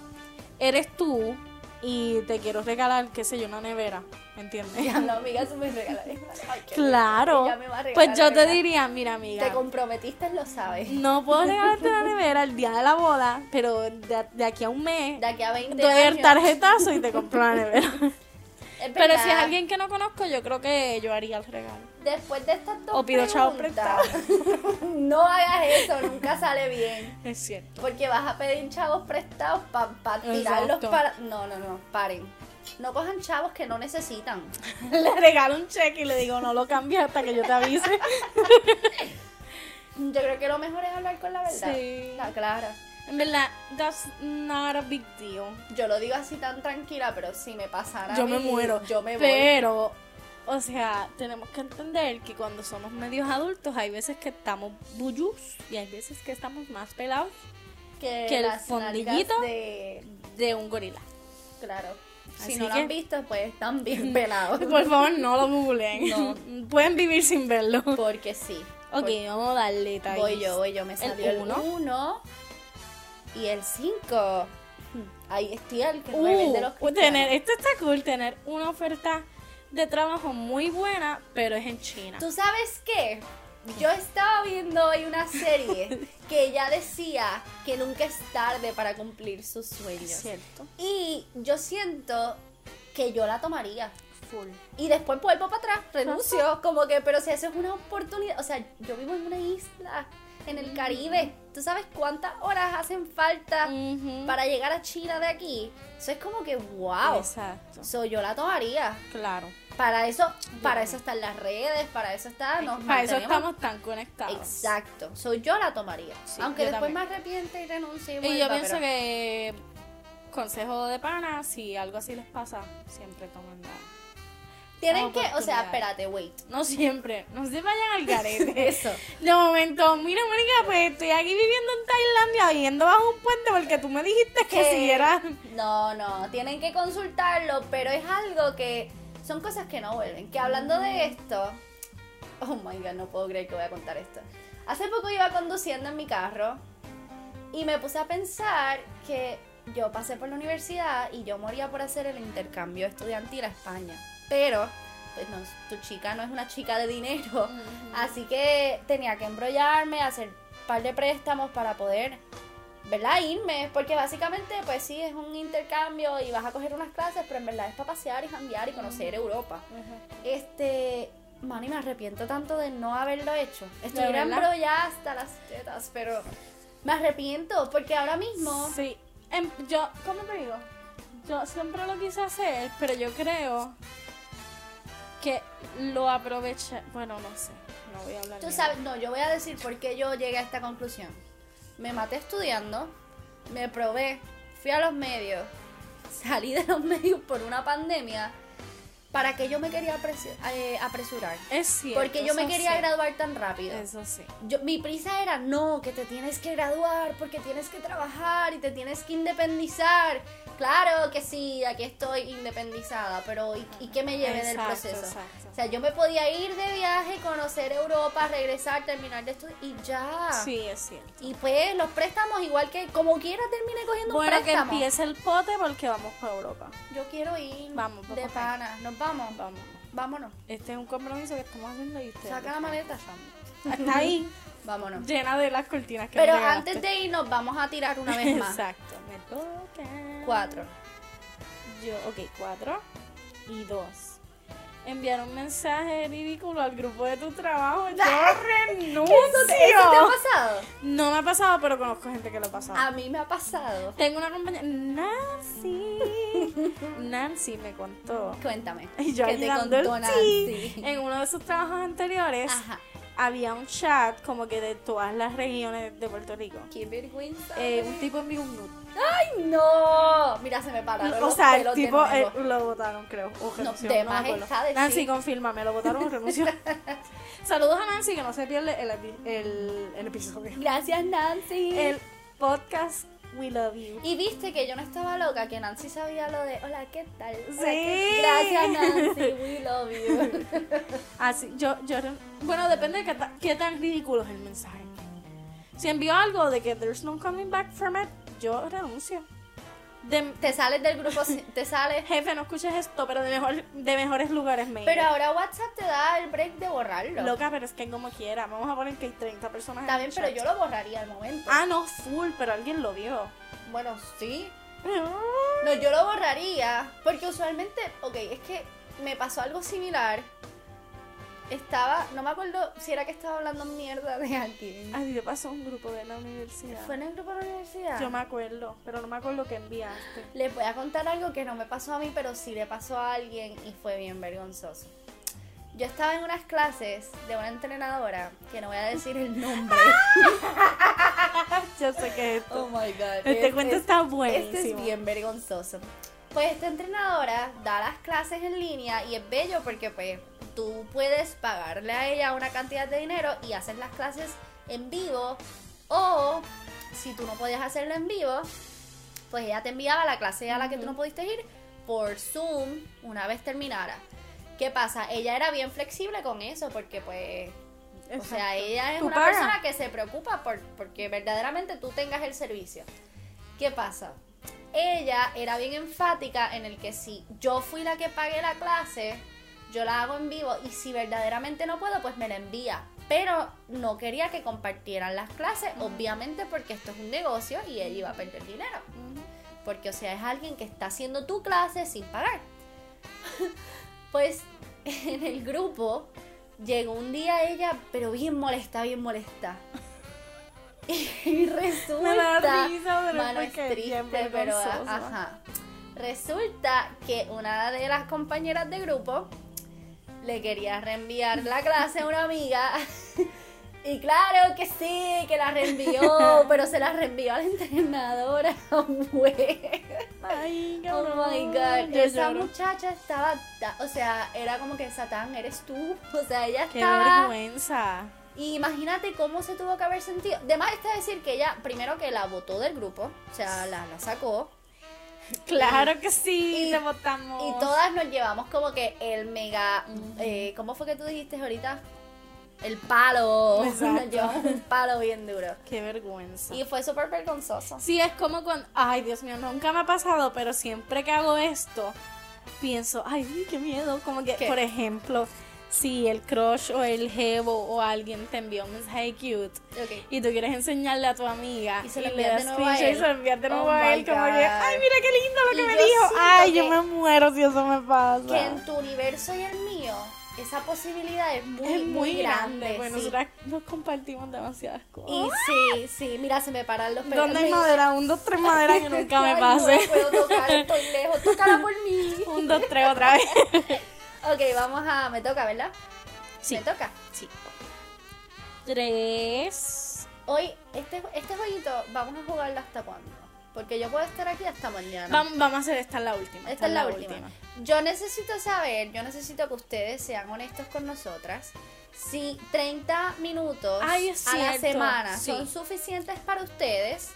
S1: eres tú y te quiero regalar, qué sé yo, una nevera, ¿me entiendes?
S2: Ya la amiga se me regala. Ay, qué
S1: Claro.
S2: Ella me va a regalar
S1: Pues yo te
S2: nevera.
S1: diría, mira amiga,
S2: Te comprometiste, lo sabes.
S1: no puedo regalarte la nevera el día de la boda, pero de, de aquí a un mes
S2: De aquí a 20
S1: doy el
S2: años.
S1: tarjetazo y te compro la nevera.
S2: Es
S1: pero
S2: verdad.
S1: si es alguien que no conozco, yo creo que yo haría el regalo.
S2: Después de estas dos
S1: O pido chavos
S2: preguntas, no hagas eso, nunca sale bien.
S1: Es cierto.
S2: Porque vas a pedir chavos prestados para tirarlos
S1: Exacto.
S2: para... No, no, no, paren. No cojan chavos que no necesitan.
S1: Le regalo un cheque y le digo, no lo cambies hasta que yo te avise.
S2: Yo creo que lo mejor es hablar con la verdad.
S1: Sí.
S2: La clara.
S1: En verdad, that's not a big deal.
S2: Yo lo digo así tan tranquila, pero si me pasara a
S1: Yo me
S2: mí,
S1: muero.
S2: Yo me voy.
S1: Pero, o sea, tenemos que entender que cuando somos medios adultos hay veces que estamos bullus y hay veces que estamos más pelados
S2: Que,
S1: que el
S2: las nalgas
S1: fondillito-
S2: de...
S1: de un gorila.
S2: Claro.
S1: Así
S2: si no lo
S1: que-
S2: han visto, pues están bien pelados.
S1: Por favor, no lo googleen.
S2: No.
S1: Pueden vivir sin verlo.
S2: Porque sí.
S1: Ok, vamos a darle
S2: Porque-
S1: tal.
S2: Voy yo, voy yo. Me salió el
S1: uno.
S2: 1 y el 5. Ahí estoy el que
S1: Uh,
S2: rebelde los cristianos.
S1: tener, esto está cool, tener una oferta de trabajo muy buena, pero es en China.
S2: ¿Tú sabes qué? Yo estaba viendo hoy una serie que ella decía que nunca es tarde para cumplir sus
S1: Es
S2: sueños.
S1: cierto.
S2: Y yo siento que yo la tomaría.
S1: Full.
S2: Y después vuelvo para atrás, renuncio. Como que, pero si eso es una oportunidad. O sea, yo vivo en una isla, en
S1: Mm.
S2: el Caribe. ¿Tú sabes cuántas horas hacen falta
S1: Ujú.
S2: para llegar a China de aquí? Eso es como que, wow.
S1: Exacto.
S2: So, yo la tomaría.
S1: Claro.
S2: Para eso, para
S1: también.
S2: eso están las redes, para eso está. Ah, Nos
S1: Para eso
S2: mantenemos
S1: estamos tan conectados.
S2: Exacto. So, yo la tomaría.
S1: Sí,
S2: Aunque
S1: yo
S2: después
S1: también.
S2: me arrepiente y renuncie. Y,
S1: Y yo
S2: vuelva,
S1: pienso
S2: pero-
S1: que consejo de pana, si algo así les pasa, siempre tomen la...
S2: Tienen que, o sea,
S1: oportunidad.
S2: espérate, wait.
S1: No siempre, no se vayan al garete.
S2: Eso.
S1: De momento, mira Mónica, pues estoy aquí viviendo en Tailandia, viviendo bajo un puente porque tú me dijiste que
S2: que-
S1: siguiera...
S2: No, no, tienen que consultarlo, pero es algo que son cosas que no vuelven. Que hablando de esto, oh my god, no puedo creer que voy a contar esto. Hace poco iba conduciendo en mi carro y me puse a pensar que yo pasé por la universidad y yo moría por hacer el intercambio estudiantil a España. Pero, pues no, tu chica no es una chica de dinero. Así que tenía que embrollarme, hacer un par de préstamos para poder, ¿verdad? Irme, porque básicamente, pues sí, es un intercambio y vas a coger unas clases, pero en verdad es para pasear y cambiar y conocer Europa. Este, mano, y me arrepiento tanto de no haberlo hecho. Estuviera
S1: verdad?
S2: embrollada hasta las tetas, pero me arrepiento porque ahora mismo...
S1: Sí. Em, yo, ¿cómo te digo? Yo siempre lo quise hacer, pero yo creo que lo aproveché. Bueno, no sé. No voy a hablar.
S2: Tú
S1: bien.
S2: sabes, no, yo voy a decir por qué yo llegué a esta conclusión. Me maté estudiando, me probé, fui a los medios, salí de los medios por una pandemia. ¿Para que yo me quería apresi- eh, apresurar?
S1: Es cierto.
S2: Porque yo me
S1: eso
S2: quería
S1: sí.
S2: graduar tan rápido.
S1: Eso sí.
S2: Yo- mi prisa era, no, que te tienes que graduar porque tienes que trabajar y te tienes que independizar. Claro que sí, aquí estoy independizada, pero ¿y, y qué me llevé del
S1: Exacto,
S2: proceso?
S1: exacto.
S2: O sea, yo me podía ir de viaje, conocer Europa, regresar, terminar de estudiar y ya.
S1: Sí, es cierto.
S2: Y pues los préstamos, igual que como quiera, termine cogiendo
S1: Bueno,
S2: un
S1: que
S2: préstamo.
S1: empiece el pote porque vamos para Europa.
S2: Yo quiero ir
S1: Vamos,
S2: de
S1: papá.
S2: pana. Nos vamos.
S1: Vamos.
S2: Vámonos.
S1: Este es un compromiso que estamos haciendo y ustedes
S2: Saca
S1: lo
S2: la maleta.
S1: están pasando. Está ahí,
S2: Vámonos.
S1: llena de las cortinas que
S2: Pero
S1: me regalaste.
S2: antes de irnos, vamos a tirar una vez más.
S1: Exacto. Me toca.
S2: Cuatro.
S1: Yo, ok, cuatro y dos. Enviar un mensaje ridículo al grupo de tu trabajo. Yo
S2: ¿Eso te, eso te Ah. ha
S1: renuncio.
S2: pasado?
S1: No me ha pasado, pero conozco gente que lo ha pasado.
S2: A mí me ha pasado.
S1: Tengo una compañera, Nancy. Nancy me contó.
S2: Cuéntame.
S1: Y yo
S2: ¿qué te
S1: ayudando el
S2: contó
S1: tea.
S2: Nancy?
S1: En uno de sus trabajos anteriores
S2: Ajá.
S1: había un chat como que de todas las regiones de Puerto Rico.
S2: Qué vergüenza.
S1: Eh, un tipo envió un nude.
S2: ¡Ay, no! Mira, se me pararon
S1: O
S2: los
S1: sea, el
S2: pelos de
S1: tipo
S2: nuevo.
S1: eh, lo votaron, creo. O renunció,
S2: de
S1: no me
S2: más
S1: acuerdo.
S2: está decir.
S1: Nancy, confírmame, lo votaron o renunció. Saludos a Nancy, que no se pierde el, epi- el, el episodio.
S2: Gracias, Nancy.
S1: El podcast We love you.
S2: Y viste que yo no estaba loca, que Nancy sabía lo de hola, ¿qué tal? Hola, ¿qué-
S1: Sí.
S2: Gracias, Nancy, we love you.
S1: Así, yo, yo, bueno, depende de qué, ta- qué tan ridículo es el mensaje. Si envió algo de que there's no coming back from it, yo renuncio. De,
S2: te sales del grupo, si- te sales.
S1: jefe, no escuches esto, pero de, mejor, de mejores lugares me
S2: Pero
S1: iré.
S2: ahora WhatsApp te da el break de borrarlo.
S1: Loca, pero es que como quiera. Vamos a poner que hay 30 personas
S2: Está
S1: en
S2: bien,
S1: el
S2: pero
S1: chat.
S2: yo lo borraría al momento.
S1: Ah, no, full, pero alguien lo vio.
S2: Bueno, sí. No, yo lo borraría. Porque usualmente, ok, es que me pasó algo similar. Estaba, no me acuerdo si era que estaba hablando mierda de alguien.
S1: A mí me pasó un grupo de la universidad.
S2: ¿Fue en el grupo de la universidad?
S1: Yo me acuerdo, pero no me acuerdo que enviaste.
S2: Les voy a contar algo que no me pasó a mí, pero sí le pasó a alguien y fue bien vergonzoso. Yo estaba en unas clases de una entrenadora, que no voy a decir el nombre.
S1: Yo sé que esto.
S2: Oh my god.
S1: este cuento está buenísimo.
S2: Este es bien vergonzoso. Pues esta entrenadora da las clases en línea y es bello porque pues tú puedes pagarle a ella una cantidad de dinero y haces las clases en vivo o si tú no podías hacerlo en vivo, pues ella te enviaba la clase a la que tú no pudiste ir por Zoom una vez terminara. ¿Qué pasa? Ella era bien flexible con eso porque pues o
S1: Exacto.
S2: sea, ella es
S1: Tú
S2: una
S1: pagas.
S2: persona que se preocupa por porque verdaderamente tú tengas el servicio. ¿Qué pasa? Ella era bien enfática en el que si yo fui la que pagué la clase, yo la hago en vivo y si verdaderamente no puedo, pues me la envía. Pero no quería que compartieran las clases, obviamente porque esto es un negocio y ella iba a perder dinero.
S1: Ujú.
S2: Porque, o sea, es alguien que está haciendo tu clase sin pagar. pues en el grupo llegó un día ella, pero bien molesta, bien molesta. y resulta.
S1: Me da risa, pero
S2: mano,
S1: es
S2: es
S1: porque es bien
S2: triste, pero. ah,
S1: vergonzoso.
S2: Ajá. Resulta que una de las compañeras de grupo le quería reenviar la clase a una amiga. Y claro que sí, que la reenvió, pero se la reenvió a la entrenadora, güey.
S1: Ay,
S2: Oh
S1: cabrón,
S2: my god.
S1: yo
S2: Esa
S1: lloro.
S2: muchacha estaba, ta- o sea, era como que Satán, eres tú. O sea, ella
S1: Qué
S2: estaba.
S1: vergüenza.
S2: Y imagínate cómo se tuvo que haber sentido. Además está decir que ella, primero que la votó del grupo, o sea, la, la sacó.
S1: Claro que sí,
S2: y-
S1: te votamos.
S2: Y todas nos llevamos como que el mega. eh, ¿Cómo fue que tú dijiste ahorita? El palo.
S1: Exacto.
S2: Nos llevamos un palo bien duro.
S1: Qué vergüenza.
S2: Y fue súper vergonzoso.
S1: Sí, es como cuando. Ay, Dios mío, nunca me ha pasado, pero siempre que hago esto, pienso, ay, qué miedo. Como que,
S2: ¿Qué?
S1: por ejemplo, si el crush o el jevo o alguien te envió un mensaje cute
S2: Ok.
S1: y tú quieres enseñarle a tu amiga
S2: Y se lo
S1: le
S2: envías
S1: das
S2: de nuevo a
S1: screenshot
S2: él.
S1: y se lo envías de nuevo
S2: Oh
S1: a
S2: my
S1: él, como que,
S2: God.
S1: ay, mira qué lindo lo que
S2: Y
S1: me
S2: yo
S1: dijo.
S2: siento
S1: Ay, yo
S2: que-
S1: me muero si eso me pasa.
S2: que en tu universo y el mío esa posibilidad es muy,
S1: es
S2: muy grande.
S1: Bueno,
S2: sí.
S1: nosotras nos compartimos demasiadas cosas.
S2: Y sí, sí, mira, se me paran los pelos.
S1: ¿Dónde hay
S2: Me-
S1: madera? Un, dos, tres madera que nunca me
S2: Ay,
S1: pase.
S2: No la puedo tocar, estoy lejos. Tócala por mí.
S1: Un, dos, tres otra vez.
S2: Ok, vamos a. Me toca, ¿verdad?
S1: Sí.
S2: Me toca.
S1: Sí. Tres.
S2: Hoy, este, este jueguito, vamos a jugarlo hasta cuándo. Porque yo puedo estar aquí hasta mañana.
S1: Vamos, vamos a hacer esta es la última.
S2: Esta es la última. Yo necesito saber, yo necesito que ustedes sean honestos con nosotras. Si 30 minutos
S1: Ay, es
S2: a la
S1: cierto,
S2: semana
S1: sí.
S2: son suficientes para ustedes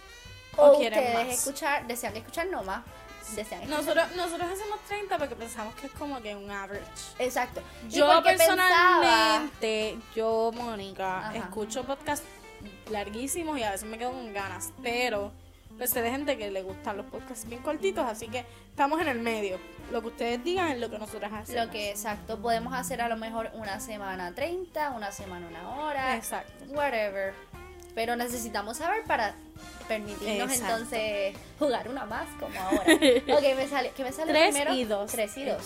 S1: O
S2: o,
S1: quieren
S2: ustedes
S1: más.
S2: escuchar, desean escuchar no más, desean escuchar-
S1: Nosotros, nosotros hacemos 30 porque pensamos que es como que un average.
S2: Exacto. Y
S1: Yo
S2: porque
S1: personalmente, yo, Mónica,
S2: Ajá.
S1: escucho podcasts larguísimos y a veces me quedo con ganas, pero pues sé de gente que le gustan los podcasts bien cortitos, así que estamos en el medio. Lo que ustedes digan es lo que nosotras hacemos.
S2: Lo que exacto, podemos hacer a lo mejor una semana 30, una semana una hora,
S1: Exacto.
S2: whatever. Pero necesitamos saber para permitirnos
S1: Exacto.
S2: entonces jugar una más como ahora. ok, me sale, ¿qué me sale
S1: Tres
S2: primero?
S1: y dos. Este.
S2: 3 y 2.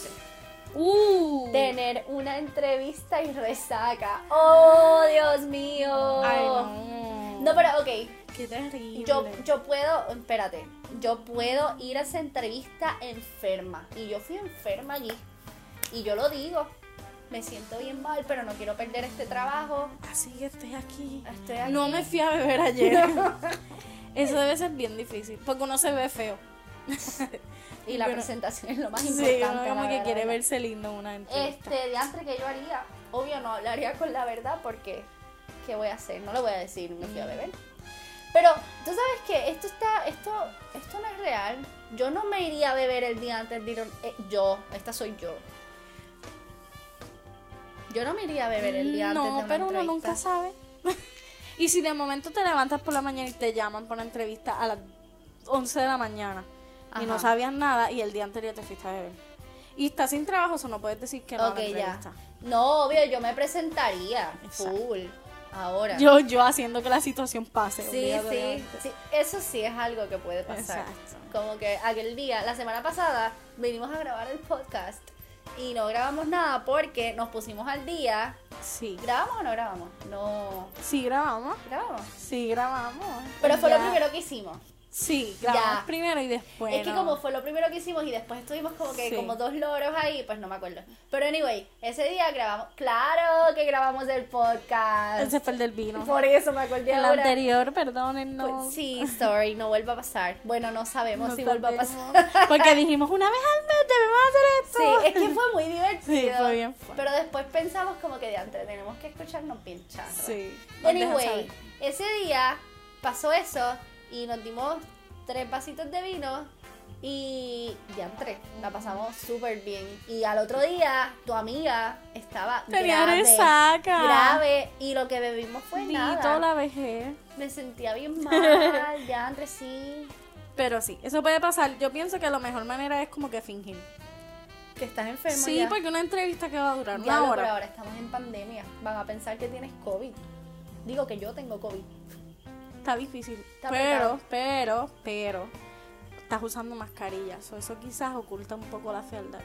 S1: Uh.
S2: Tener una entrevista y resaca. ¡Oh, Dios mío!
S1: Ay, no.
S2: No, pero ok,
S1: Qué terrible.
S2: yo, yo puedo, espérate, yo puedo ir a esa entrevista enferma. Y yo fui enferma aquí. Y yo lo digo, me siento bien mal, pero no quiero perder este trabajo.
S1: Así que estoy aquí.
S2: Estoy aquí.
S1: No me fui a beber ayer. Eso debe ser bien difícil, porque uno se ve feo.
S2: Y la
S1: Pero-
S2: presentación es lo más
S1: Sí,
S2: importante.
S1: uno
S2: la
S1: como que
S2: verdad,
S1: quiere
S2: la verdad.
S1: verse lindo en una entrevista.
S2: Este, diantre que yo haría, obvio no hablaría con la verdad porque, ¿qué voy a hacer? No lo voy a decir, me fui a beber. Pero Tú sabes que esto está, esto, esto no es real. Yo no me iría a beber el día antes de ir. a- eh, yo, esta soy yo. Yo no me iría a beber el día antes de
S1: No,
S2: una
S1: pero uno
S2: entrevista.
S1: nunca sabe. y si de momento te levantas por la mañana y te llaman por una entrevista a las 11 de la mañana y no
S2: Ajá.
S1: sabías nada y el día anterior te fuiste a beber. Y estás sin trabajo, eso no puedes decir que no a la
S2: Ok, ya.
S1: entrevista.
S2: No, obvio, yo me presentaría.
S1: Exacto.
S2: Full. Ahora.
S1: Yo, yo haciendo que la situación pase.
S2: Sí, sí,
S1: obligatoriamente.
S2: sí, eso sí es algo que puede pasar.
S1: Exacto.
S2: Como que aquel día, la semana pasada, vinimos a grabar el podcast y no grabamos nada porque nos pusimos al día.
S1: Sí.
S2: ¿Grabamos o no grabamos? No,
S1: Sí, grabamos.
S2: grabamos.
S1: Sí, grabamos.
S2: Pero fue lo
S1: Ya.
S2: primero que hicimos.
S1: Sí, grabamos
S2: Ya.
S1: primero y después.
S2: Es que
S1: no.
S2: como fue lo primero que hicimos y después estuvimos como que
S1: Sí.
S2: como dos loros ahí, pues no me acuerdo. Pero anyway, ese día grabamos, claro que grabamos el podcast.
S1: Ese fue el del vino.
S2: Por eso me acordé
S1: el
S2: ahora.
S1: anterior, perdonen,
S2: Pues,
S1: no.
S2: sí, sorry, no vuelva a pasar. Bueno, no sabemos
S1: no
S2: si vuelva a pasar.
S1: sabemos. Porque dijimos una vez al mes
S2: Sí,
S1: debemos hacer
S2: es
S1: esto.
S2: que fue muy divertido.
S1: Sí, fue bien fun.
S2: Pero después pensamos como que de antes tenemos que escucharnos bien charras.
S1: nos dejan
S2: Anyway,
S1: saber.
S2: ese día pasó eso y nos dimos tres vasitos de vino y ya entré. La pasamos súper bien. Y al otro día, tu amiga estaba
S1: Tenía
S2: grave,
S1: resaca.
S2: grave y lo que bebimos fue nada.
S1: Dito la vejez.
S2: Me sentía bien mal, ya entre sí.
S1: Pero sí, eso puede pasar. Yo pienso que la mejor manera es como que fingir.
S2: Que estás enfermo
S1: Sí,
S2: ya.
S1: porque una entrevista que va a durar
S2: Diablo,
S1: una
S2: pero
S1: hora.
S2: ahora estamos en pandemia. Van a pensar que tienes COVID. Digo que yo tengo COVID.
S1: Está difícil.
S2: Está
S1: pero, pero, pero, estás usando mascarillas. o eso quizás oculta un poco la fealdad.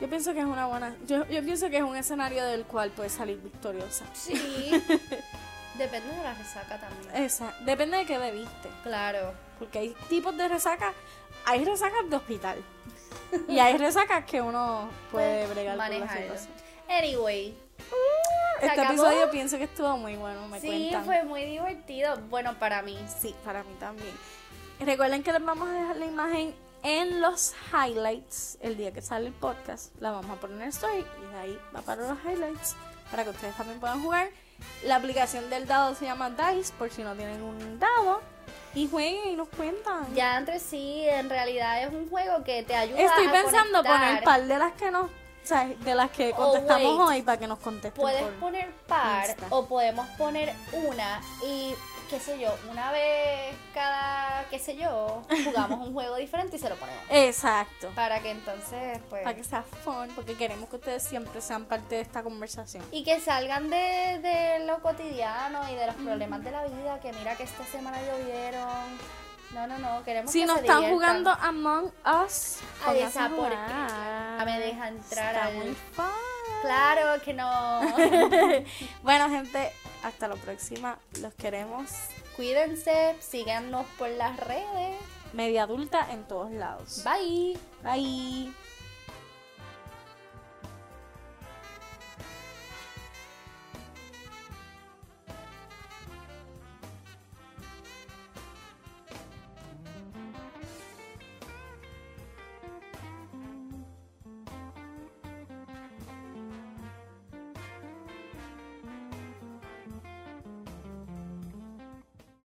S1: Yo pienso que es una buena. Yo, yo pienso que es un escenario del cual puedes salir victoriosa.
S2: Sí. Depende de la resaca también.
S1: Esa. Depende de qué bebiste.
S2: Claro.
S1: Porque hay tipos de resacas. Hay resacas de hospital. Y hay resacas que uno puede bregar con la
S2: Pues, manejarlo.
S1: situación.
S2: Anyway. ¿Se
S1: Este
S2: acabó?
S1: episodio pienso que estuvo muy bueno, me
S2: sí,
S1: cuentan.
S2: fue muy divertido. Bueno, para mí.
S1: Sí, para mí también. Recuerden que les vamos a dejar la imagen en los highlights el día que sale el podcast. La vamos a poner en el story y de ahí va para los highlights para que ustedes también puedan jugar. La aplicación del dado se llama Dice por si no tienen un dado. Y jueguen y nos cuentan.
S2: Ya entre sí, en realidad es un juego que te ayuda
S1: Estoy
S2: a
S1: pensando poner
S2: conectar.
S1: par de las que nos, o sea, de las que
S2: Oh,
S1: contestamos
S2: wait.
S1: hoy para que nos contesten.
S2: Puedes
S1: por-
S2: poner par
S1: Insta.
S2: o podemos poner una y qué sé yo, una vez cada qué sé yo, jugamos un juego diferente y se lo ponemos.
S1: Exacto.
S2: Para que entonces, pues.
S1: Para que sea fun, porque queremos que ustedes siempre sean parte de esta conversación.
S2: Y que salgan de, de lo cotidiano y de los problemas de la vida, que mira que esta semana llovieron. No, no, no, queremos
S1: Si
S2: que
S1: nos
S2: se
S1: están
S2: diviertan.
S1: jugando Among Us,
S2: A
S1: pónganse
S2: esa
S1: jugar.
S2: porquería. Me deja entrar
S1: Está
S2: al-
S1: muy fun.
S2: Claro que no.
S1: Bueno, gente, hasta la próxima. Los queremos
S2: Cuídense, síganos por las redes.
S1: media adulta en todos lados.
S2: Bye.
S1: Bye.